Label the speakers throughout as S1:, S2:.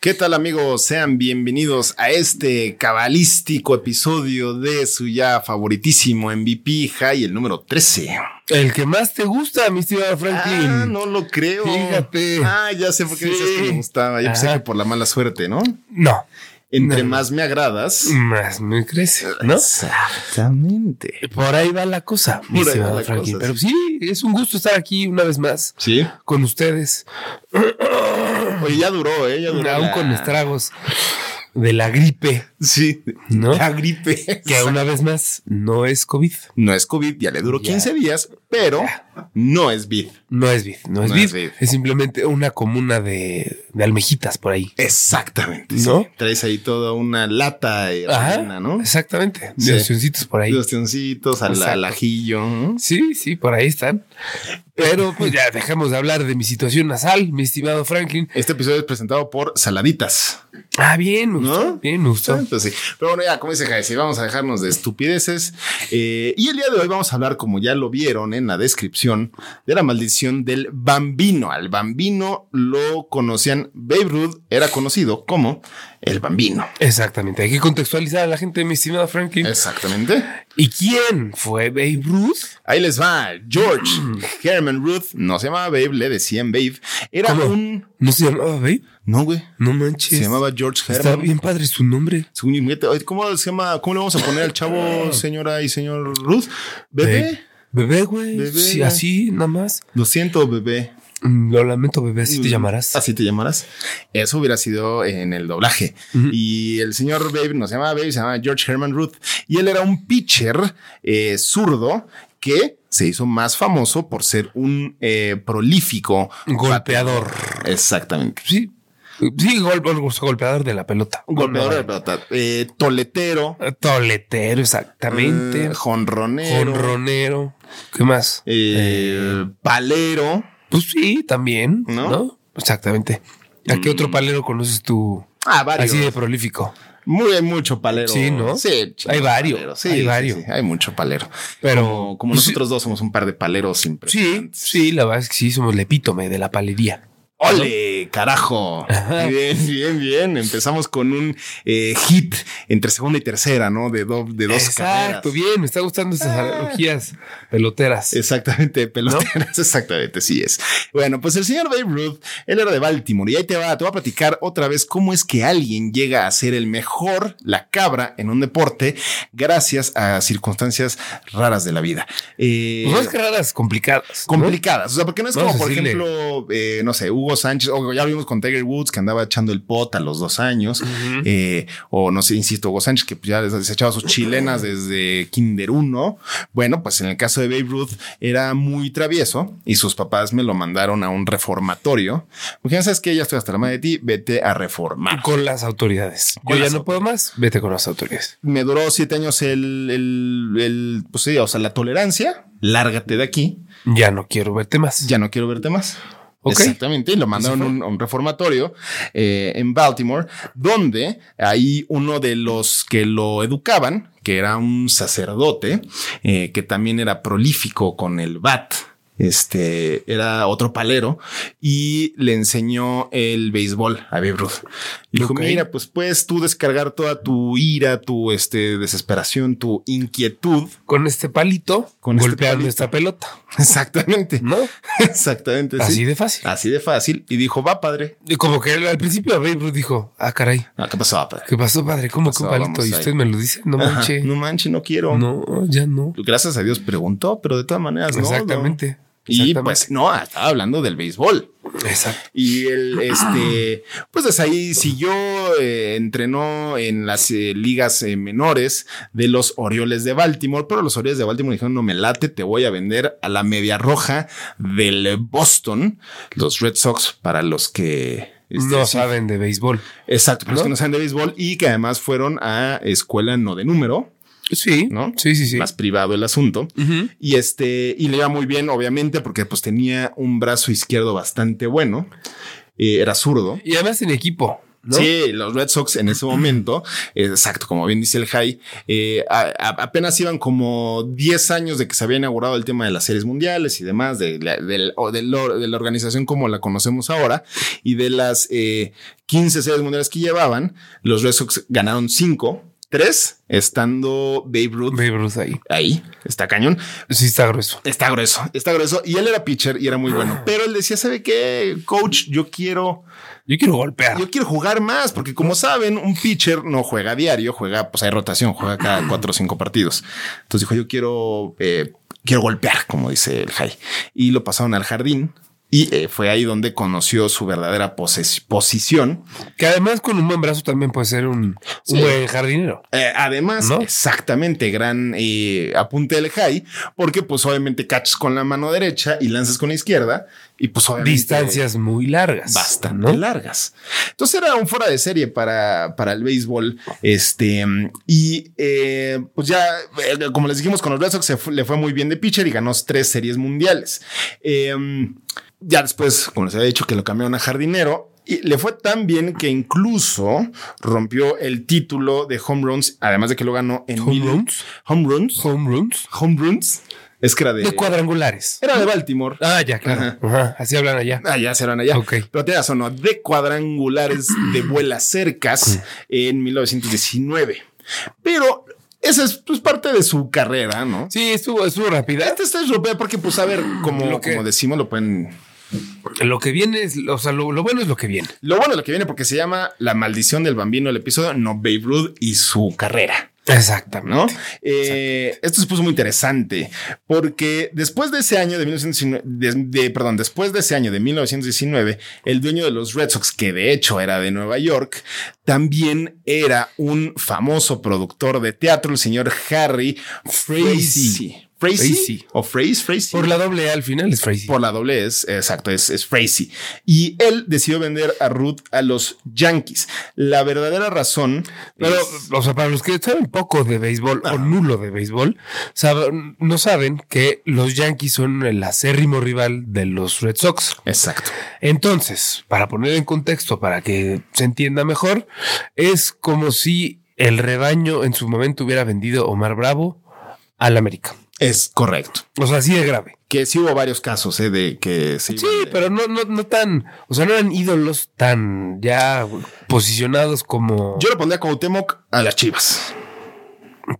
S1: ¿Qué tal amigos? Sean bienvenidos a este cabalístico episodio de su ya favoritísimo MVP High, el número 13.
S2: El que más te gusta, mi estimado Franklin.
S1: Ah, no lo creo.
S2: Fíjate.
S1: Ah, ya sé por qué dices que me
S2: Sí.
S1: gustaba. Yo pensé
S2: Ajá.
S1: que por la mala suerte, ¿no?
S2: No.
S1: Entre
S2: No.
S1: más me agradas.
S2: Más me crece, ¿no?
S1: Exactamente.
S2: Por ahí va la cosa, mi
S1: Este. Por ahí va
S2: estimado
S1: la
S2: Franklin.
S1: cosa,
S2: Pero sí, es un gusto estar aquí una vez más
S1: Sí.
S2: con ustedes,
S1: Oye, ya duró, ¿eh? Ya duró.
S2: aún
S1: la-
S2: con este- estragos de la gripe,
S1: Sí.
S2: ¿no?
S1: La gripe.
S2: Que una vez más no es COVID,
S1: No es COVID, ya le duró
S2: Ya.
S1: 15 días, pero no es vid.
S2: no es vid, no es
S1: No
S2: vid,
S1: es
S2: es,
S1: vid.
S2: simplemente una comuna de, de almejitas por ahí.
S1: Exactamente.
S2: ¿No?
S1: sí. Traes ahí toda una lata eh, rellena, ¿no?
S2: exactamente.
S1: Sí.
S2: De ostioncitos por ahí.
S1: Los tioncitos al,
S2: Exacto.
S1: al ajillo. ¿no?
S2: Sí, sí, por ahí están. Pero pues ya dejamos de hablar de mi situación nasal, mi estimado Franklin.
S1: Este episodio es presentado por Saladitas.
S2: Ah, bien, me gustó.
S1: ¿No?
S2: Bien, me gustó.
S1: Entonces, sí. Pero bueno, ya, como dice Jaime, vamos a dejarnos de estupideces. Eh, y el día de hoy vamos a hablar, como ya lo vieron en la descripción, de la maldición del bambino. Al bambino lo conocían, Babe Ruth era conocido como el bambino.
S2: Exactamente. Hay que contextualizar a la gente, mi estimado Franklin.
S1: Exactamente.
S2: ¿Y quién fue Babe Ruth?
S1: Ahí les va. George Herman Ruth, no se llamaba Babe, le decían Babe. Era
S2: ¿Cómo?
S1: un...
S2: ¿No se llamaba Babe?
S1: No, güey.
S2: No manches.
S1: Se llamaba George
S2: Está
S1: Herman.
S2: bien padre su nombre.
S1: Según yo, fíjate, ay, ¿Cómo se llama? ¿Cómo le vamos a poner al chavo, señora y señor Ruth? Bebé.
S2: Bebé, güey.
S1: Bebé,
S2: Sí,
S1: ya.
S2: así, nada más.
S1: Lo siento, bebé.
S2: Mm, Lo lamento, bebé, así te
S1: Mm,
S2: llamarás.
S1: Así te llamarás. Eso hubiera sido en el doblaje. Y el señor Babe no se llamaba Babe, se llamaba George Herman Ruth. Y él era un pitcher eh, zurdo que se hizo más famoso por ser un eh, prolífico
S2: Golpeador.
S1: bateador. Exactamente.
S2: Sí. Sí, gol- gol- golpeador de la pelota.
S1: Un golpeador de pelota. Eh, toletero.
S2: Toletero, exactamente.
S1: eh, jonronero.
S2: Honronero. ¿Qué más?
S1: eh, palero.
S2: Pues sí, también,
S1: ¿No? Mm.
S2: ¿no? Exactamente. ¿A qué otro palero conoces tú?
S1: Ah, varios.
S2: Así de prolífico.
S1: Muy, hay mucho palero.
S2: Sí, ¿no?
S1: Sí,
S2: Hay varios,
S1: palero. Sí,
S2: hay
S1: sí,
S2: varios.
S1: sí, hay mucho palero.
S2: Pero-
S1: como, como
S2: pues sí.
S1: nosotros dos somos un par de paleros
S2: Sí,
S1: impresionantes.
S2: sí, la verdad es que sí, somos el epítome de la palería.
S1: ¡Ole, carajo!
S2: Ajá.
S1: Bien, bien, bien. Empezamos con un eh, hit entre segunda y tercera, ¿no? De, do- de dos
S2: Exacto,
S1: carreras. Ah.
S2: bien, me está gustando estas analogías peloteras.
S1: Exactamente, peloteras, exactamente, sí es. Bueno, pues el señor Babe Ruth, él era de Baltimore y ahí te va, te voy a platicar otra vez cómo es que alguien llega a ser el mejor, la cabra en un deporte, gracias a circunstancias raras de la vida. Eh,
S2: Pues no es que raras, complicadas. ¿no?
S1: complicadas. O sea, porque no es
S2: Vamos
S1: como,
S2: a
S1: por
S2: decirle.
S1: ejemplo, eh, no sé, Hugo Sánchez, o ya lo vimos con Tiger Woods, que andaba echando el pot a los dos años, eh, o no sé, insisto, Hugo Sánchez, que pues, ya les- se echaba sus chilenas desde Kinder 1. Bueno, pues en el caso de Babe Ruth era muy travieso y sus papás me lo mandaron a un reformatorio. Porque ya sabes que ya estoy hasta la madre de ti, vete a reformar.
S2: Con las autoridades.
S1: Con
S2: Yo ya
S1: las
S2: no puedo más, vete con las autoridades.
S1: Me duró siete años el, el, el, pues sí, o sea, la tolerancia. Lárgate de aquí.
S2: Ya no quiero verte más.
S1: ya no quiero verte más.
S2: Ok.
S1: Exactamente, y lo mandaron a un, a un reformatorio eh, en Baltimore, donde ahí uno de los que lo educaban, que era un sacerdote, eh, que también era prolífico con el bat, este era otro palero, y le enseñó el béisbol a Babe Ruth. Le dijo,
S2: Ok.
S1: mira, pues puedes tú descargar toda tu ira, tu este, desesperación, tu inquietud.
S2: Con este palito,
S1: Con este
S2: golpeando
S1: palito.
S2: esta pelota,
S1: Exactamente,
S2: ¿no?
S1: exactamente. sí.
S2: Así de fácil.
S1: Así de fácil. Y dijo, va, padre.
S2: Y Como que él al principio Babe Ruth dijo, ah, caray,
S1: Ah, ¿Qué pasaba, padre?
S2: ¿qué pasó, padre? ¿Cómo que un
S1: pasó?
S2: palito?
S1: Vamos
S2: Y
S1: ahí.
S2: usted me lo dice, no
S1: Ajá,
S2: manche.
S1: No manches, no quiero.
S2: No, ya no.
S1: Gracias a Dios preguntó, pero de todas maneras no. no.
S2: Exactamente.
S1: Y
S2: Exactamente.
S1: pues no, estaba hablando del béisbol.
S2: Exacto.
S1: Y él, este, pues desde ahí siguió, eh, entrenó en las eh, ligas eh, menores de los Orioles de Baltimore, pero los Orioles de Baltimore dijeron, no me late, te voy a vender a la media roja del Boston, los Red Sox, para los que Este,
S2: no
S1: sí,
S2: saben de béisbol.
S1: Exacto, pero es
S2: ¿No?
S1: que no saben de béisbol y que además fueron a escuela no de número,
S2: Sí,
S1: Pues ¿no?
S2: sí, sí, sí.
S1: Más privado el asunto.
S2: Ujú.
S1: Y este, y le iba muy bien, obviamente, porque pues tenía un brazo izquierdo bastante bueno. Eh, era zurdo.
S2: Y además en equipo. ¿no?
S1: Sí, los Red Sox en ese momento, eh, exacto, como bien dice el Jai, eh, a- a- apenas iban como 10 años de que se había inaugurado el tema de las series mundiales y demás, de la, del- o de lo- de la organización como la conocemos ahora, y de las eh, 15 series mundiales que llevaban, los Red Sox ganaron 5, 3, estando Babe Ruth
S2: Babe Ruth ahí.
S1: ahí, está cañón,
S2: Sí, está grueso.
S1: Está grueso, está grueso. Y él era pitcher y era muy
S2: Ah.
S1: bueno. Pero él decía, ¿sabe qué, coach? Yo quiero,
S2: Yo quiero golpear.
S1: yo quiero jugar más, porque como saben, un pitcher no juega diario, juega, pues hay rotación, juega cada cuatro o cinco partidos. Entonces dijo, yo quiero, eh, quiero golpear, como dice el Jai. Y lo pasaron al jardín y eh, fue ahí donde conoció su verdadera poses- posición.
S2: Que además con un buen brazo también puede ser un, un
S1: Sí.
S2: buen jardinero.
S1: Eh, además,
S2: ¿No?
S1: exactamente, gran eh, apunte del high, porque pues obviamente catches con la mano derecha y lanzas con la izquierda y pues obviamente
S2: Distancias muy largas.
S1: bastante
S2: ¿no?
S1: largas. Entonces era un fuera de serie para, para el béisbol. Este, y eh, pues ya, eh, como les dijimos, con los Red Sox se fu- le fue muy bien de pitcher y ganó tres series mundiales. Eh, ya después, como les había dicho, que lo cambiaron a jardinero. Y le fue tan bien que incluso rompió el título de home runs, además de que lo ganó en
S2: Home
S1: mil-
S2: runs.
S1: Home runs.
S2: Home runs.
S1: Home runs. Es que era de,
S2: Los cuadrangulares.
S1: era de Baltimore.
S2: Ah, ya, claro.
S1: Ajá.
S2: Ajá, Así hablan allá.
S1: Allá serán allá.
S2: Ok.
S1: Pero te das o no, de cuadrangulares de vuelas cercas en 1919. Pero esa es pues, parte de su carrera, ¿no?
S2: Sí, estuvo, estuvo rápida.
S1: Esta está europea porque, pues, a ver, como,
S2: Lo que-
S1: como decimos, lo pueden.
S2: Lo que viene es, o sea, lo, lo bueno es lo que viene.
S1: Lo bueno de lo que viene, porque se llama La maldición del bambino, el episodio, no Babe Ruth y su carrera.
S2: Exactamente.
S1: ¿no? Eh, esto se puso muy interesante porque después de ese año de 1919, de- de- perdón, después de ese año de 1919, el dueño de los Red Sox, que de hecho era de Nueva York, también era un famoso productor de teatro, el señor Harry Frazee. Frazee
S2: Frazee.
S1: o Fraze, Frazee.
S2: Por la doble A al final es Frazee.
S1: Por la doble es, exacto, es, es Frazee. Y él decidió vender a Ruth a los Yankees. La verdadera razón.
S2: Pero,
S1: es-
S2: o sea, para los que saben poco de béisbol o nulo de béisbol, saben- no saben que los Yankees son el acérrimo rival de los Red Sox.
S1: Exacto.
S2: Entonces, para poner en contexto, para que se entienda mejor, es como si el rebaño en su momento hubiera vendido Omar Bravo al América.
S1: Es correcto.
S2: O sea, así de grave.
S1: Que sí hubo varios casos eh, de que se
S2: Sí,
S1: iban de-
S2: pero no, no, no tan, o sea, no eran ídolos tan ya posicionados como
S1: Yo le pondría a Cuauhtémoc a las chivas.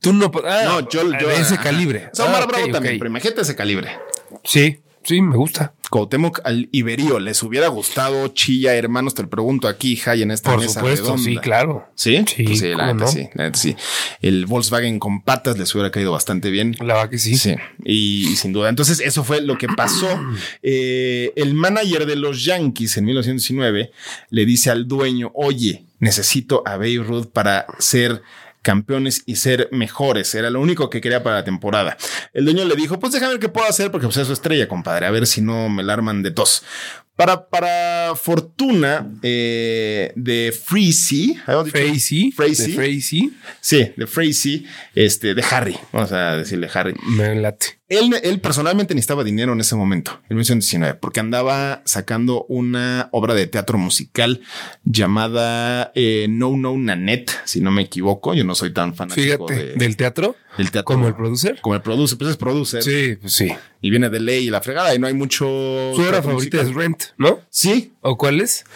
S2: tú no, po- ah,
S1: no, yo, yo-
S2: de ese
S1: ajá.
S2: calibre.
S1: O sea, Omar
S2: Ah, ok,
S1: Bravo
S2: ok.
S1: también, pero imagínate ese calibre.
S2: Sí, sí, me gusta.
S1: Cuauhtémoc al Iberío, ¿les hubiera gustado Chilla, hermanos? Te lo pregunto aquí, Jai, en esta
S2: Por
S1: mesa
S2: supuesto,
S1: Ah, redonda.
S2: sí, claro.
S1: ¿Sí?
S2: Sí,
S1: Pues sí, la
S2: ¿cómo
S1: neta,
S2: no?
S1: sí, la neta, sí. El Volkswagen con patas les hubiera caído bastante bien.
S2: La verdad que sí.
S1: Sí, y, y sin duda. Entonces, eso fue lo que pasó. Eh, el manager de los Yankees en 1919 le dice al dueño: Oye, necesito a Babe Ruth para ser campeones y ser mejores. Era lo único que quería para la temporada. El dueño le dijo: Pues déjame ver qué puedo hacer, porque pues, es su estrella, compadre. A ver si no me la arman de tos. Para, para fortuna eh, de Freezy, ¿habíamos dicho?
S2: Frazee,
S1: Frazee.
S2: de Frazee,
S1: sí, de Freezy, este, de Harry, vamos a decirle Harry.
S2: me late.
S1: Él, él personalmente necesitaba dinero en ese momento, en 1919, porque andaba sacando una obra de teatro musical llamada eh, No No Nanette, si no me equivoco. Yo no soy tan fanático
S2: Fíjate,
S1: de-
S2: del teatro,
S1: del teatro.
S2: como el producer.
S1: Como el producer, pues es producer
S2: Sí, pues sí.
S1: y viene de ley y la fregada y no hay mucho.
S2: Su obra
S1: teatro
S2: favorita
S1: musical.
S2: es Rent, ¿no?
S1: Sí,
S2: ¿O cuál es?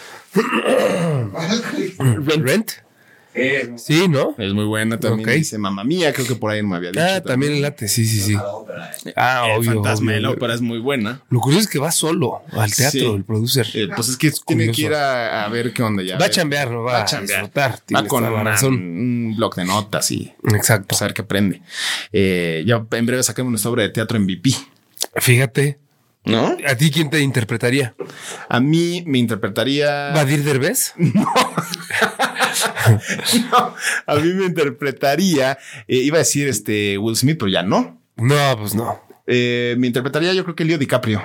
S2: Rent. Eh, Sí, ¿no?
S1: es muy buena también.
S2: Ok.
S1: Dice Mamá Mía, creo que por ahí me había dicho.
S2: Ah, también el late, sí, sí, sí. Ah,
S1: El
S2: obvio.
S1: Fantasma
S2: obvio,
S1: de la
S2: obvio.
S1: ópera es muy buena.
S2: Lo curioso es que va solo al teatro,
S1: Sí.
S2: el producer.
S1: Eh, pues es que tiene
S2: curioso.
S1: que ir a, a ver qué onda ya.
S2: va a
S1: ver.
S2: chambear, no va,
S1: Va a
S2: a
S1: chambear.
S2: disfrutar.
S1: Va
S2: tienes
S1: con
S2: toda la
S1: una-
S2: razón.
S1: un blog de notas y
S2: Exacto.
S1: pues, a ver qué aprende. Eh, ya en breve sacamos nuestra obra de teatro en VP,
S2: Fíjate,
S1: ¿no?
S2: ¿a ti quién te interpretaría?
S1: A mí me interpretaría.
S2: ¿Vadir Derbez?
S1: No, a mí me interpretaría. eh, iba a decir este Will Smith, pero ya no.
S2: No, pues no.
S1: Eh, me interpretaría, yo creo que Leo DiCaprio.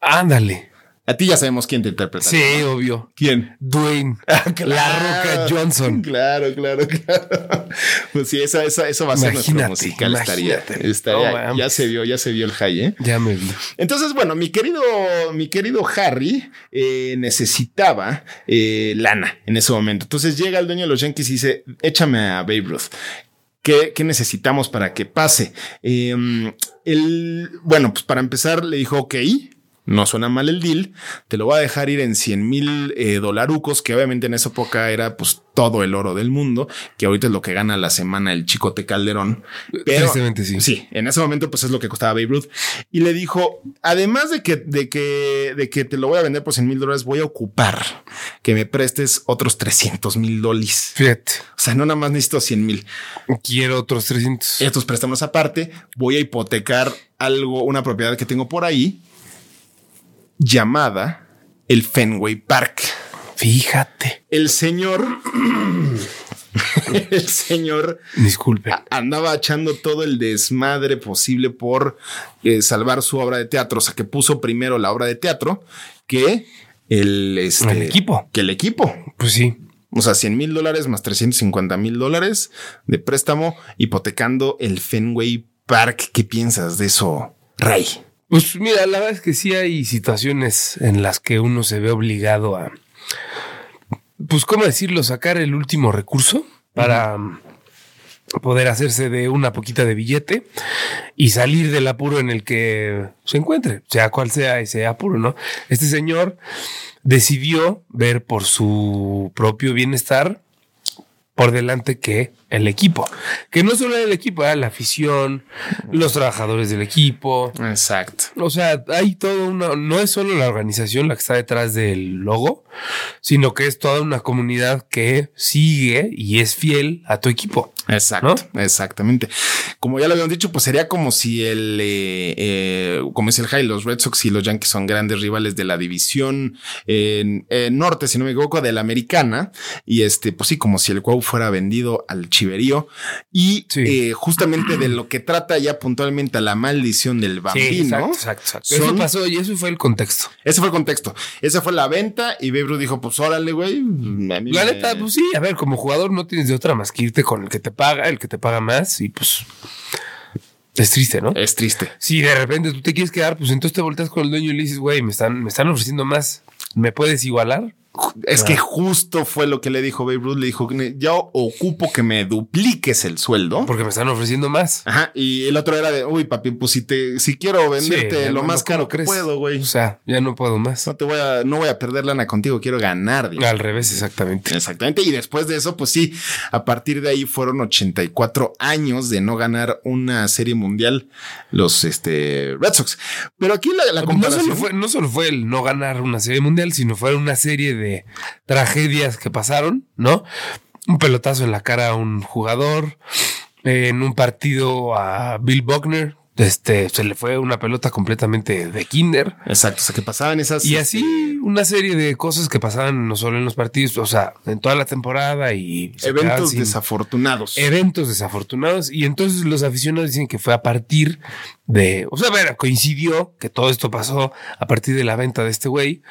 S2: Ándale.
S1: A ti ya sabemos quién te interpreta.
S2: Sí, obvio.
S1: ¿Quién?
S2: Dwayne.
S1: Ah,
S2: La Roca Johnson.
S1: Claro, claro, claro. Pues sí, esa, esa, eso va a ser nuestro
S2: Imagínate,
S1: musical. Estaría,
S2: imagínate.
S1: estaría-
S2: No mames.
S1: ya se vio, ya se vio el high, ¿eh?
S2: Ya me vi.
S1: Entonces, bueno, mi querido, mi querido Harry eh, necesitaba eh, lana en ese momento. Entonces llega el dueño de los Yankees y dice: Échame a Babe Ruth. ¿Qué, qué necesitamos para que pase? Eh, el- bueno, pues para empezar le dijo, ok, no suena mal el deal, te lo voy a dejar ir en 100 mil eh, dolarucos, que obviamente en esa época era pues todo el oro del mundo, que ahorita es lo que gana la semana el Chicote Calderón. Pero,
S2: Eh, Tristemente, sí.
S1: Sí, en ese momento pues es lo que costaba Babe Ruth. Y le dijo, además de que, de que, de que te lo voy a vender por 100 mil dólares, voy a ocupar que me prestes otros 300 mil dólares.
S2: Fíjate.
S1: O sea, no nada más necesito 100 mil
S2: Quiero otros 300.
S1: estos préstamos aparte, voy a hipotecar algo, una propiedad que tengo por ahí llamada el Fenway Park.
S2: Fíjate.
S1: El señor, el señor
S2: Disculpe.
S1: a- andaba echando todo el desmadre posible por eh, salvar su obra de teatro. O sea, que puso primero la obra de teatro que el, este,
S2: El equipo.
S1: Que el equipo.
S2: Pues sí.
S1: O sea, 100 mil dólares más 350 mil dólares de préstamo hipotecando el Fenway Park. ¿Qué piensas de eso, Ray?
S2: Pues mira, la verdad es que sí hay situaciones en las que uno se ve obligado a, pues, ¿cómo decirlo? Sacar el último recurso para mm, poder hacerse de una poquita de billete y salir del apuro en el que se encuentre, sea cual sea ese apuro, ¿no? Este señor decidió ver por su propio bienestar por delante que el equipo, que no solo era el equipo, era la afición, los trabajadores del equipo,
S1: Exacto.
S2: o sea, hay toda una, no es solo la organización la que está detrás del logo, sino que es toda una comunidad que sigue y es fiel a tu equipo.
S1: Exacto, exactamente. Como ya lo habíamos dicho, pues sería como si el, eh, eh, como es el High, los Red Sox y los Yankees son grandes rivales de la división eh, eh, norte, si no me equivoco, de la americana. Y este, pues sí, como si el Cuau fuera vendido al chiverío. Y
S2: Sí.
S1: eh, justamente de lo que trata ya puntualmente a la maldición del bambino.
S2: exacto, exacto, exacto.
S1: Son-
S2: Eso pasó y eso fue el contexto.
S1: Ese fue el contexto. Esa fue la venta y Babe Ruth dijo, pues órale, güey. a mí
S2: La
S1: me-
S2: neta, pues sí, a ver, como jugador no tienes de otra más que irte con el que te paga, el que te paga más y pues es triste, ¿no?
S1: Es triste.
S2: Si de repente tú te quieres quedar, pues entonces te volteas con el dueño y le dices, güey, me están, me están ofreciendo más, ¿me puedes igualar?
S1: Es que justo fue lo que le dijo Babe Ruth. Le dijo, ya ocupo que me dupliques el sueldo.
S2: Porque me están ofreciendo más.
S1: Ajá. Y el otro era de, uy, papi, pues si te, si quiero venderte
S2: Sí,
S1: lo
S2: hermano,
S1: más
S2: ¿cómo
S1: caro que
S2: crees?
S1: puedo, güey.
S2: O sea, ya no puedo más.
S1: No te voy a, no voy a perder lana contigo, quiero ganar. dijo.
S2: Al revés, exactamente.
S1: Exactamente. Y después de eso, pues sí, a partir de ahí fueron 84 años de no ganar una serie mundial los este, Red Sox. Pero aquí la, la
S2: No
S1: comparación
S2: solo, fue, no solo fue el no ganar una serie mundial, sino fue una serie de tragedias que pasaron, ¿no? Un pelotazo en la cara a un jugador, eh, en un partido a Bill Buckner, este, se le fue una pelota completamente de kinder.
S1: Exacto, o sea, que pasaban esas... este,
S2: Y así una serie de cosas que pasaban no solo en los partidos, o sea, en toda la temporada y se quedaban
S1: Eventos
S2: sin-
S1: desafortunados.
S2: eventos desafortunados y entonces los aficionados dicen que fue a partir de, o sea, a ver, coincidió que todo esto pasó a partir de la venta de este güey.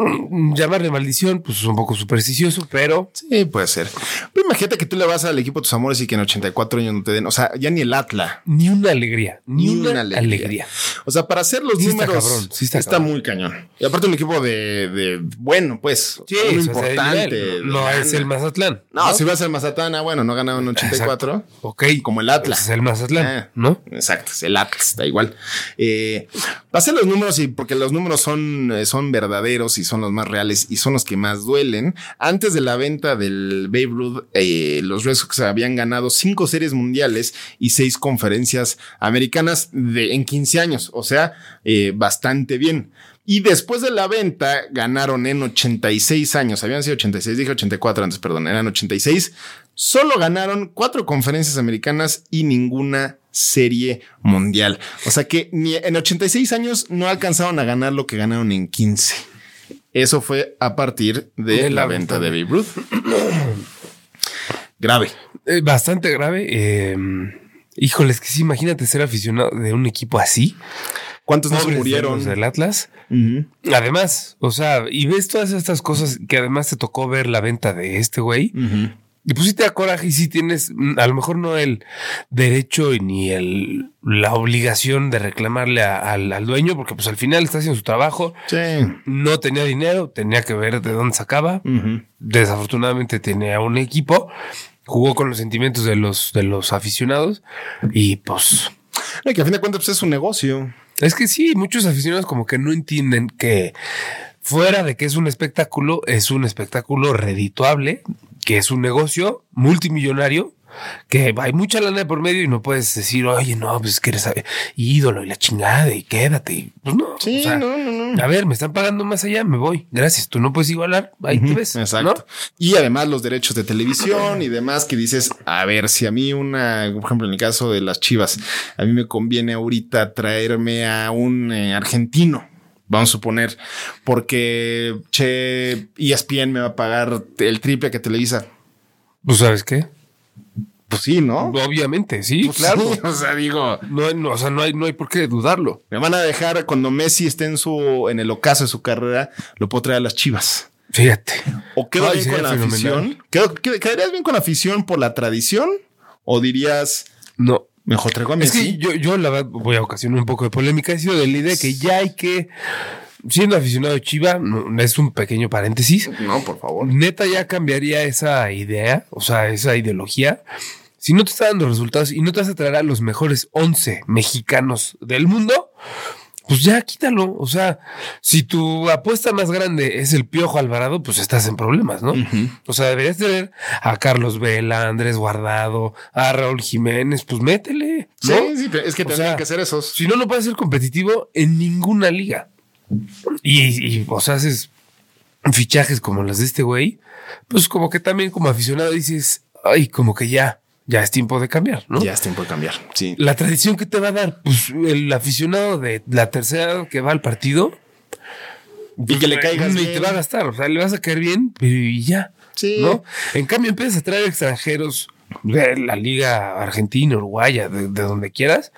S2: Mm, Llamarle maldición, pues es un poco supersticioso, pero
S1: Sí, puede ser. Pero imagínate que tú le vas al equipo de tus amores y que en 84 años no te den, o sea, ya ni el Atla.
S2: ni una alegría, ni,
S1: Ni
S2: una,
S1: una
S2: alegría.
S1: alegría. O sea, para hacer los
S2: Sí está
S1: números
S2: cabrón, sí está cabrón.
S1: muy cañón. Y aparte un equipo de, de- bueno, pues,
S2: Sí,
S1: uno
S2: o sea,
S1: importante.
S2: de nivel.
S1: de
S2: no
S1: lana.
S2: es el Mazatlán.
S1: No, si vas al Mazatlán, ah, bueno, no ganaron 84.
S2: Ok,
S1: Como el Atlas.
S2: ese es el Mazatlán,
S1: Ah,
S2: ¿no?
S1: Exacto, es el Atlas, da igual. Eh, pasé los números y porque los números son, eh, son verdaderos y son los más reales y son los que más duelen. Antes de la venta del Babe Ruth, eh, los Red Sox habían ganado cinco series mundiales y seis conferencias americanas de, en 15 años, o sea, eh, bastante bien. Y después de la venta ganaron en 86 años, habían sido 86, dije 84 antes, perdón, eran 86. Solo ganaron cuatro conferencias americanas y ninguna serie mundial. O sea que ni en 86 años no alcanzaron a ganar lo que ganaron en 15. Eso fue a partir de,
S2: De la
S1: la, venta de Babe Ruth. Grave.
S2: Eh, bastante em, grave. eh, híjole, es que sí, imagínate ser aficionado de un equipo así.
S1: ¿Cuántos no se
S2: Pobres de
S1: murieron?
S2: los del Atlas. Además, o sea, y ves todas estas cosas que además te tocó ver la venta de este güey. Y pues sí te da coraje y sí tienes, mm, a lo mejor no el derecho y ni el, la obligación de reclamarle a- al, al dueño, porque pues al final está haciendo su trabajo,
S1: Sí.
S2: no tenía dinero, tenía que ver de dónde sacaba. Desafortunadamente tenía un equipo, jugó con los sentimientos de los, de los aficionados y pues
S1: No, y que a fin de cuentas pues, es un negocio.
S2: es que sí, muchos aficionados como que no entienden que fuera de que es un espectáculo, es un espectáculo redituable, que es un negocio multimillonario, que hay mucha lana de por medio y no puedes decir, oye, no, pues que eres eh, ídolo y la chingada y quédate. Y, Pues no.
S1: Sí, no, no,
S2: A ver, me están pagando más allá, me voy. Gracias. Tú no puedes igualar. Ahí te ves.
S1: Exacto.
S2: ¿no?
S1: Y además los derechos de televisión y demás que dices, a ver, si a mí una, por ejemplo, en el caso de las Chivas, a mí me conviene ahorita traerme a un eh, argentino. Vamos a suponer, porque che, E ESPN me va a pagar el triple que Televisa.
S2: Pues sabes qué?
S1: Pues sí, ¿no?
S2: Obviamente, sí,
S1: Pues
S2: claro.
S1: sí, o sea, digo,
S2: No, hay- no, o sea, no hay, no hay por qué dudarlo.
S1: me van a dejar cuando Messi esté en su, en el ocaso de su carrera, lo puedo traer a las Chivas.
S2: Fíjate.
S1: ¿O quedo
S2: Ay,
S1: bien
S2: sería
S1: con la
S2: fenomenal.
S1: afición? ¿Quedo- qued- ¿Quedarías bien con la afición por la tradición? ¿O dirías,
S2: No,
S1: mejor traigo a
S2: Es
S1: Messi?
S2: que yo, yo la verdad voy a ocasionar un poco de polémica. He sido de la idea que ya hay que, siendo aficionado a Chiva, no, es un pequeño paréntesis.
S1: No, por favor.
S2: Neta ya cambiaría esa idea, o sea, esa ideología. Si no te está dando resultados y no te vas a traer a los mejores 11 mexicanos del mundo, pues ya quítalo. O sea, si tu apuesta más grande es el Piojo Alvarado, pues estás en problemas, ¿no? O sea, deberías tener a Carlos Vela, a Andrés Guardado, a Raúl Jiménez, pues métele. ¿no?
S1: Sí, sí, te- es que
S2: O
S1: tendrían
S2: sea,
S1: que ser esos.
S2: Si no, no puedes ser competitivo en ninguna liga. Y, y, o sea, haces fichajes como las de este güey, pues como que también como aficionado dices, ay, como que ya, ya es tiempo de cambiar, ¿no?
S1: Ya es tiempo de cambiar. Sí.
S2: La tradición que te va a dar, pues el aficionado de la tercera edad que va al partido.
S1: Y que le caigas
S2: Y te
S1: bien.
S2: va a gastar, o sea, le vas a caer bien pero y ya.
S1: Sí.
S2: ¿no? En cambio, empiezas a traer extranjeros de la liga argentina, uruguaya, de, de donde quieras,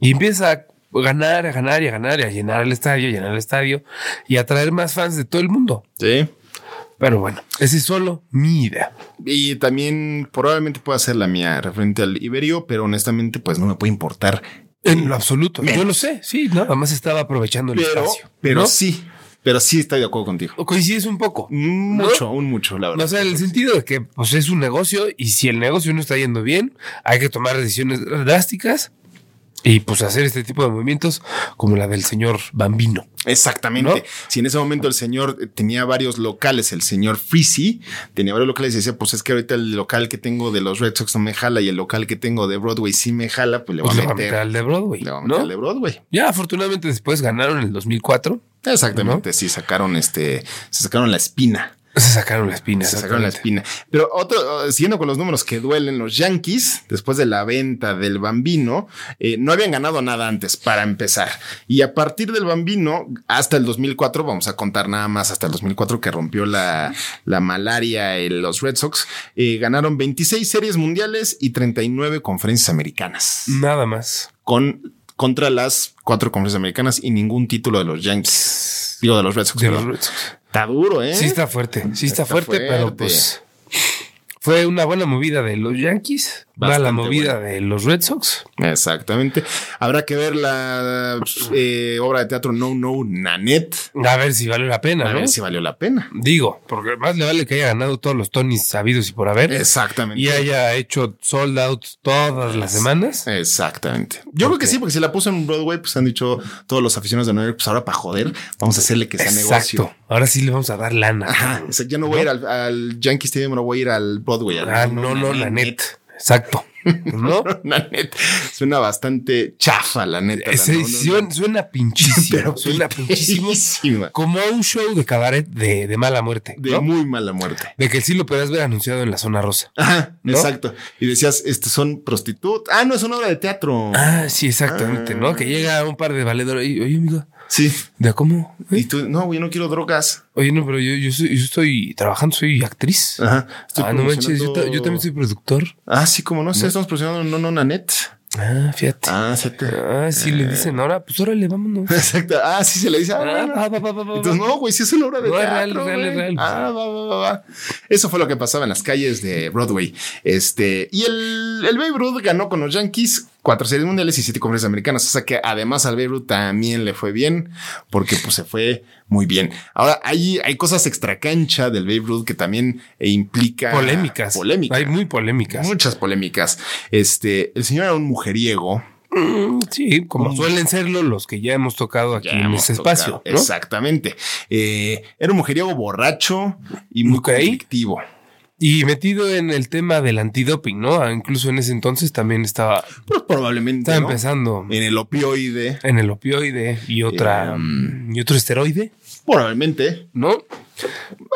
S2: y empiezas a ganar, a ganar y a ganar y a llenar el estadio, llenar el estadio y a traer más fans de todo el mundo.
S1: Sí.
S2: Pero bueno, esa es solo mi idea.
S1: Y también probablemente pueda ser la mía referente al Iberio, pero honestamente, pues no me puede importar.
S2: En lo absoluto. Yo lo sé, sí, nada más estaba aprovechando el
S1: Pero,
S2: espacio.
S1: pero
S2: ¿no?
S1: sí, pero sí estoy de acuerdo contigo.
S2: coincides un poco.
S1: Mucho, un mucho, la
S2: No,
S1: verdad.
S2: o sea, en el sentido de que pues, es un negocio y si el negocio no está yendo bien, hay que tomar decisiones drásticas y pues hacer este tipo de movimientos como la del señor Bambino.
S1: Exactamente.
S2: ¿No?
S1: Si en ese momento el señor eh, tenía varios locales, el señor Frizzy tenía varios locales y decía, pues es que ahorita el local que tengo de los Red Sox no me jala y el local que tengo de Broadway sí me jala, pues le voy
S2: Pues le
S1: a
S2: va a
S1: meter.
S2: meter al de Broadway.
S1: Le voy a meter
S2: ¿no?
S1: al de Broadway.
S2: Ya afortunadamente después ganaron en el 2004.
S1: Exactamente. Sí, sacaron este, se sacaron la espina.
S2: Se sacaron la espina.
S1: Se sacaron la espina. Pero otro, eh, siguiendo con los números que duelen, los Yankees, después de la venta del Bambino, eh, no habían ganado nada antes, para empezar. Y a partir del Bambino, hasta el 2004, vamos a contar nada más hasta el 2004 que rompió la, la malaria en los Red Sox, eh, ganaron 26 series mundiales y 39 conferencias americanas.
S2: Nada más.
S1: Con, contra las cuatro conferencias americanas y ningún título de los Yankees. Digo, de los Red Sox.
S2: De
S1: perdón.
S2: los Red Sox.
S1: Está duro, ¿eh?
S2: Sí está fuerte, sí está,
S1: Está
S2: fuerte, pero
S1: fuerte.
S2: pues fue una buena movida de los Yankees, mala
S1: Bastante
S2: movida de los Red Sox.
S1: Exactamente. Habrá que ver la eh, obra de teatro No No Nanette.
S2: A ver si vale la pena,
S1: A
S2: ¿no?
S1: ver si valió la pena.
S2: Digo, porque más le vale que haya ganado todos los Tonys sabidos y por haber.
S1: Exactamente.
S2: Y haya hecho sold out todas las semanas.
S1: Exactamente. Yo creo que
S2: Ok.
S1: sí, porque si la puso en Broadway, pues han dicho todos los aficionados de Nueva York, pues ahora para joder, vamos a hacerle que sea negocio.
S2: Ahora sí le vamos a dar lana. Ah,
S1: Ajá. O sea, ya no voy a ir al, al Yankee Stadium, no voy a ir al Broadway. al
S2: Ah, no, no, la net. Exacto. ¿No?
S1: Nanette. Suena bastante chafa, la neta. la
S2: Ese
S1: No No
S2: suena, suena pinchísimo.
S1: Pero
S2: suena pinchísimo.
S1: pinchísima.
S2: Como a un show de cabaret de, de mala muerte.
S1: De
S2: ¿no?
S1: muy mala muerte.
S2: De que sí lo podrás ver anunciado en la zona rosa.
S1: Ajá,
S2: ¿No?
S1: exacto. Y decías, este son prostitutas. Ah, no, es una obra de teatro.
S2: Ah, sí, exactamente,
S1: Ah.
S2: ¿no? Que llega un par de valedores. y, Oye, amigo,
S1: Sí.
S2: ¿de a cómo? ¿Eh?
S1: Y tú, no, yo no quiero drogas.
S2: Oye, no, pero yo, yo, soy- yo estoy trabajando, soy actriz.
S1: Ajá. Estoy
S2: ah, no manches, yo,
S1: promocionando-
S2: ta- yo también soy productor.
S1: Ah, sí, como no sé, estamos promocionando No No Nanette.
S2: Ah, fíjate. Ah,
S1: Ah, eh. se te-
S2: sí le dicen ahora, pues órale, vámonos.
S1: Exacto. Ah, sí se le dice. Ah,
S2: Ah,
S1: bueno.
S2: va, va, va, va, va.
S1: Entonces, no, güey, sí es una obra de
S2: No, es real,
S1: teatro.
S2: real,
S1: güey.
S2: es real.
S1: Ah, va, va, va, va. Eso fue lo que pasaba en las calles de Broadway. Este, y el, el Babe Ruth ganó con los Yankees cuatro series mundiales y siete conferencias americanas. O sea que además al Babe Ruth también le fue bien porque pues se fue muy bien. Ahora hay, hay cosas extra cancha del Babe Ruth que también eh, implica
S2: Polémicas.
S1: polémicas.
S2: Hay muy polémicas.
S1: Muchas polémicas. Este, el señor era un mujeriego.
S2: Sí, como
S1: Mm.
S2: suelen serlo los que ya hemos tocado aquí
S1: Ya
S2: en
S1: hemos
S2: este
S1: tocado.
S2: espacio. ¿no?
S1: Exactamente. Eh, era un mujeriego borracho y muy
S2: Ok.
S1: conflictivo.
S2: Y metido en el tema del antidoping, ¿no? Ah, Incluso en ese entonces también estaba,
S1: Pues probablemente
S2: estaba
S1: ¿no?
S2: empezando
S1: en el opioide,
S2: en el opioide y otra
S1: Em.
S2: y otro esteroide,
S1: probablemente.
S2: ¿no?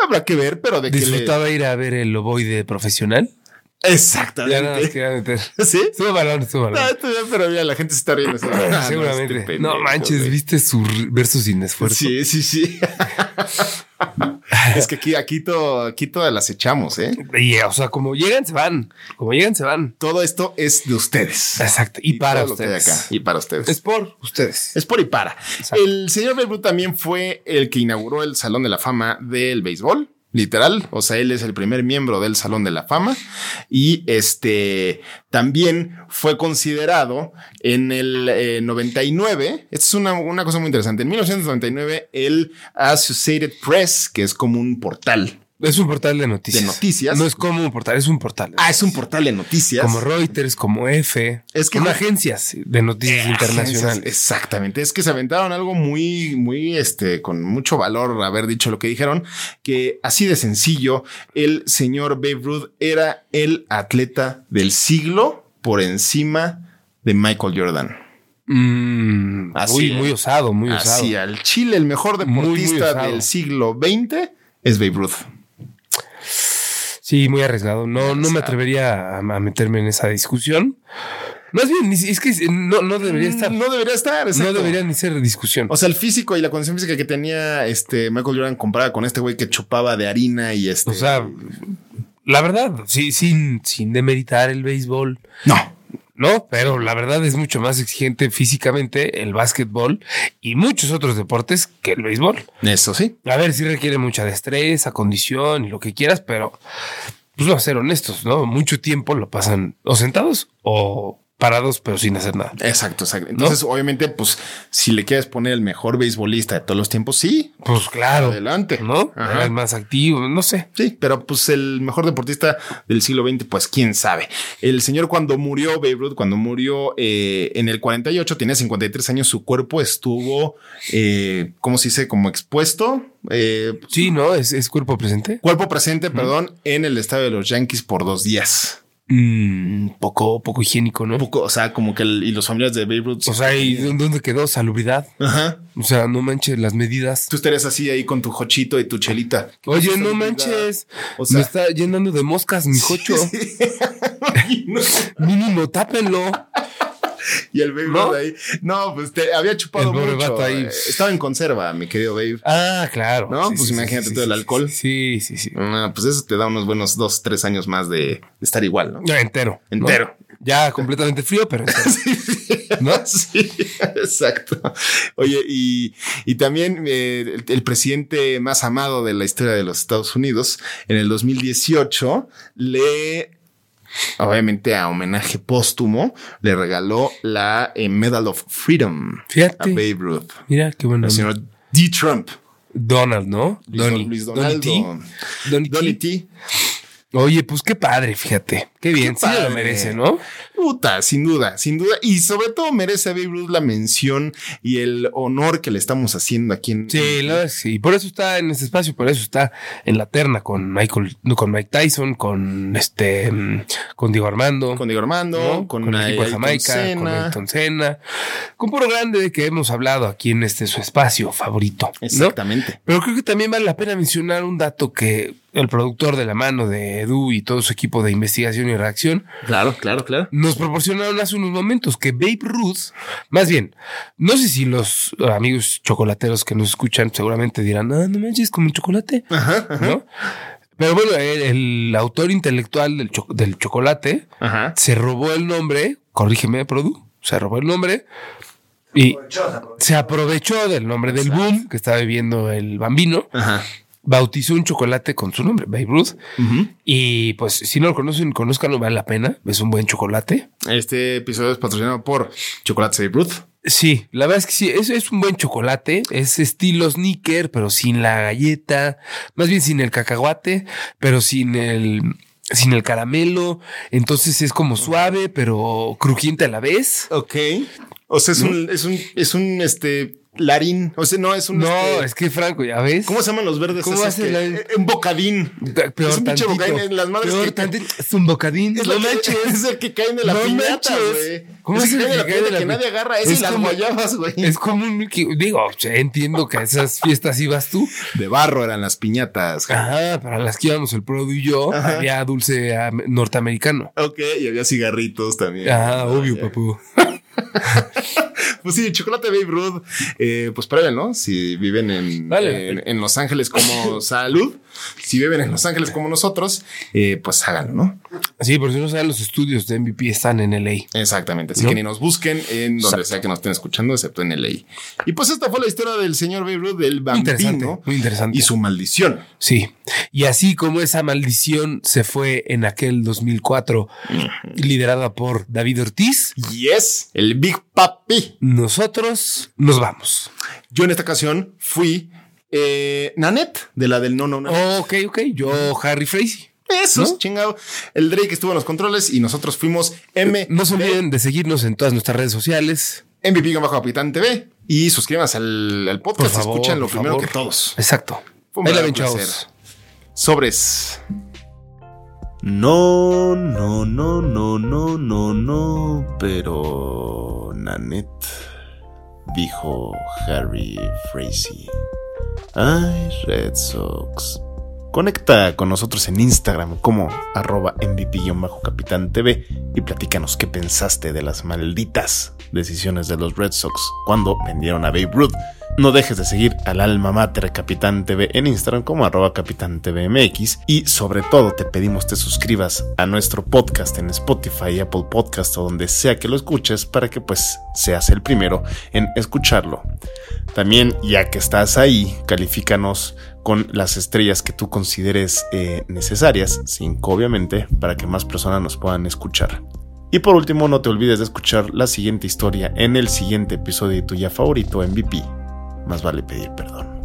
S1: Habrá que ver, pero de que le-
S2: Disfrutaba ir a ver el ovoide profesional. Ya nada más
S1: Exactamente.
S2: quería meter.
S1: ¿Sí?
S2: Estuvo balón, estuvo balón.
S1: Ah, tú ya, pero mira, la gente se está riendo. así. Ah, no,
S2: Seguramente.
S1: este pendejo,
S2: no manches,
S1: güey.
S2: viste su r- verso sin esfuerzo.
S1: Sí, sí, sí. es que aquí, aquí, to- aquí todas las echamos, ¿eh?
S2: Y, o sea, como llegan, se van. Como llegan, se van.
S1: Todo esto es de ustedes.
S2: Exacto. Y, para
S1: todo lo que hay
S2: ustedes.
S1: acá. Y para ustedes.
S2: Es por ustedes.
S1: Es por y para.
S2: Exacto.
S1: El señor Babe Ruth también fue el que inauguró el Salón de la Fama del béisbol, literal. O sea, él es el primer miembro del Salón de la Fama y este también fue considerado en el eh, 99. Esta es una, una cosa muy interesante. En 1999, el Associated Press, que es como un portal.
S2: Es un portal de noticias.
S1: De noticias.
S2: No es como un portal, es un portal.
S1: Ah, es un portal de noticias.
S2: como Reuters, como F.
S1: Es que-
S2: son agencias de noticias
S1: Eh,
S2: internacionales.
S1: agencias, Exactamente. Es que se aventaron algo muy, muy, este, con mucho valor haber dicho lo que dijeron, que así de sencillo, el señor Babe Ruth era el atleta del siglo por encima de Michael Jordan.
S2: Mm,
S1: Así
S2: uy,
S1: es.
S2: muy osado, muy osado.
S1: Así al Chile, el mejor
S2: muy
S1: deportista
S2: usado.
S1: del siglo XX es Babe Ruth.
S2: Sí, muy arriesgado. No, no me
S1: Arriesgado.
S2: atrevería a, a meterme en esa discusión. Más bien, ni si- es que no, no debería estar. No,
S1: Mm, No debería estar. exacto.
S2: debería ni ser discusión.
S1: O sea, el físico y la condición física que tenía este Michael Jordan comparada con este güey que chupaba de harina y este.
S2: O sea, la verdad, sí, sin, sin demeritar el béisbol,
S1: no.
S2: ¿no? Pero la verdad es mucho más exigente físicamente el básquetbol y muchos otros deportes que el béisbol.
S1: Eso sí.
S2: A ver, sí requiere mucha destreza, condición y lo que quieras, pero pues vamos a ser honestos, ¿no? Mucho tiempo lo pasan o sentados o parados, pero sin hacer nada.
S1: Exacto, exacto. Entonces, obviamente, pues, si le quieres poner el mejor beisbolista de todos los tiempos, sí,
S2: Pues claro,
S1: adelante.
S2: ¿no?
S1: Ajá.
S2: Es más activo, no sé.
S1: Sí, pero pues el mejor deportista del siglo XX, pues quién sabe. El señor cuando murió, Babe Ruth, cuando murió eh, en el 48, tenía 53 años, su cuerpo estuvo, eh, ¿cómo se dice? Como expuesto, eh,
S2: Sí, ¿no? ¿Es, es cuerpo presente?
S1: cuerpo presente, perdón, en el estadio de los Yankees por dos días.
S2: Mm, poco, poco higiénico, ¿no?
S1: Un poco, o sea, como que el- y los familiares de Babe Ruth.
S2: O sea, ¿y dónde dónde quedó? Salubridad.
S1: Ajá.
S2: O sea, no manches las medidas.
S1: Tú estarías así ahí con tu jochito y tu chelita.
S2: Oye, no
S1: Salubridad.
S2: manches.
S1: O sea-
S2: me está llenando de moscas, mi cocho. Mínimo, tápenlo.
S1: y el Babe
S2: ¿No?
S1: Ruth ahí. No, pues te había chupado
S2: El pobre
S1: mucho.
S2: vato ahí.
S1: eh, Estaba en conserva, mi querido Babe.
S2: Ah, claro.
S1: No, pues imagínate todo el alcohol.
S2: Sí, sí, sí.
S1: Ah, pues eso te da unos buenos dos, tres años más de estar igual, ¿no?
S2: No, entero. ¿no?
S1: Entero.
S2: Ya completamente frío, pero entero. ¿No?
S1: Sí, exacto. Oye, y, y también eh, el, el presidente más amado de la historia de los Estados Unidos, en el 2018, le, obviamente a homenaje póstumo, le regaló la eh, Medal of Freedom a
S2: Fíjate.
S1: Babe Ruth.
S2: Mira, qué bueno.
S1: El señor D. Trump.
S2: Donald, ¿no?
S1: Luis,
S2: Donnie.
S1: Luis
S2: Donnie
S1: Donaldo.
S2: T. Donnie T.
S1: Donnie T.
S2: Oye, pues qué padre, fíjate. Qué bien, sí se lo
S1: padre.
S2: merece, ¿no?
S1: Puta, sin duda, sin duda. Y sobre todo merece a Babe Ruth la mención y el honor que le estamos haciendo aquí en.
S2: Sí, la verdad es que sí. Por eso está en este espacio, por eso está en la terna con Michael, no, con Mike Tyson, con este, mm, con Diego Armando,
S1: Con Diego Armando,
S2: ¿no?
S1: con,
S2: el equipo de
S1: Ayrton
S2: Jamaica, con
S1: Senna.
S2: Ayrton Senna, con puro grande de que hemos hablado aquí en este su espacio favorito. ¿no?
S1: Exactamente.
S2: Pero creo que también vale la pena mencionar un dato que el productor de la mano de Edu y todo su equipo de investigación y reacción
S1: Claro, claro, claro.
S2: nos proporcionaron hace unos momentos que Babe Ruth, más bien, no sé si los eh, amigos chocolateros que nos escuchan seguramente dirán, ah, no manches, como un chocolate, ¿no? Pero bueno, el, el autor intelectual del, cho- del chocolate
S1: Ajá.
S2: se robó el nombre corrígeme, Produ, se robó el nombre y se aprovechó del nombre del boom que estaba viviendo el bambino.
S1: Ajá.
S2: Bautizó un chocolate con su nombre, Babe Ruth. Y pues, si no lo conocen, conozcanlo, vale la pena. Es un buen chocolate.
S1: Este episodio es patrocinado por Chocolate Save Ruth.
S2: Sí, la verdad es que sí, es, es un buen chocolate, es estilo sneaker, pero sin la galleta, más bien sin el cacahuate, pero sin el, sin el caramelo. Entonces es como suave, pero crujiente a la vez.
S1: Ok. O sea, es un, es un, es un, este, larín. O sea, no, es un.
S2: No,
S1: este-
S2: es que Franco, ya ves.
S1: ¿Cómo se llaman los verdes?
S2: ¿Cómo
S1: esos
S2: hace
S1: que-
S2: la-
S1: eh, Un bocadín.
S2: Peor
S1: es un pinche
S2: tantito.
S1: bocadín. en Las madres
S2: Peor
S1: que-
S2: tantito. Es un bocadín.
S1: Es, la que- es el que cae de la
S2: No
S1: piñata,
S2: manches.
S1: güey.
S2: ¿Cómo
S1: es el
S2: es
S1: que cae de
S2: el
S1: la
S2: que cae de
S1: piñata
S2: la
S1: que
S2: pi-
S1: nadie agarra? Es,
S2: Es
S1: y las
S2: como-
S1: guayabas, güey.
S2: Es como un... Digo, o sea, entiendo que a esas fiestas ibas tú.
S1: De barro eran las piñatas.
S2: Ajá, para las que íbamos el Produ y yo, había dulce am- norteamericano.
S1: Ok, y había cigarritos también.
S2: Ajá, obvio,
S1: Ah, ya.
S2: papu.
S1: Pues sí, chocolate Babe Ruth. Eh, pues prueben, ¿no? Si viven en, eh,
S2: Vale.
S1: en, en Los Ángeles como salud, si viven en Los Ángeles como nosotros, eh, pues háganlo, ¿no?
S2: Sí, por si no saben, los estudios de MVP están en LA.
S1: Exactamente. Así
S2: ¿No?
S1: que ni nos busquen en donde sea que nos estén escuchando, excepto en LA. Y pues esta fue la historia del señor Babe Ruth, del
S2: Interesante,
S1: bambino
S2: muy interesante.
S1: y su maldición.
S2: Sí. Y así como esa maldición se fue en aquel 2004, liderada por David Ortiz,
S1: Y es el Big Papi.
S2: nosotros nos vamos.
S1: Yo en esta ocasión fui eh, Nanette, de la del no, no, no.
S2: Ok, ok. Yo, Harry Frazee.
S1: Esos,
S2: Oh, ¿No?
S1: chingado. El Drake estuvo en los controles y nosotros fuimos M.
S2: Eh, No se olviden de seguirnos en todas nuestras redes sociales.
S1: MVP bajo Capitán TV y suscríbanse al, al
S2: Por
S1: podcast.
S2: favor.
S1: Escuchen lo
S2: por
S1: primero
S2: favor.
S1: que todos.
S2: Exacto.
S1: Fue un
S2: Ahí la
S1: verdadero
S2: ven, chavos.
S1: placer. Sobres.
S3: No, no, no, no, no, no, no, pero Nanette, dijo Harry Frazee. Ay, Red Sox. Conecta con nosotros en Instagram como arroba MVP-Capitán TV y platícanos qué pensaste de las malditas decisiones de los Red Sox cuando vendieron a Babe Ruth. No dejes de seguir al alma mater Capitán TV en Instagram como arroba Capitán TV MX y sobre todo te pedimos te suscribas a nuestro podcast en Spotify, Apple Podcast o donde sea que lo escuches para que pues seas el primero en escucharlo. También, ya que estás ahí, califícanos con las estrellas que tú consideres eh, necesarias, cinco obviamente, para que más personas nos puedan escuchar. Y por último, no te olvides de escuchar la siguiente historia en el siguiente episodio de tu ya favorito MVP. Más vale pedir perdón.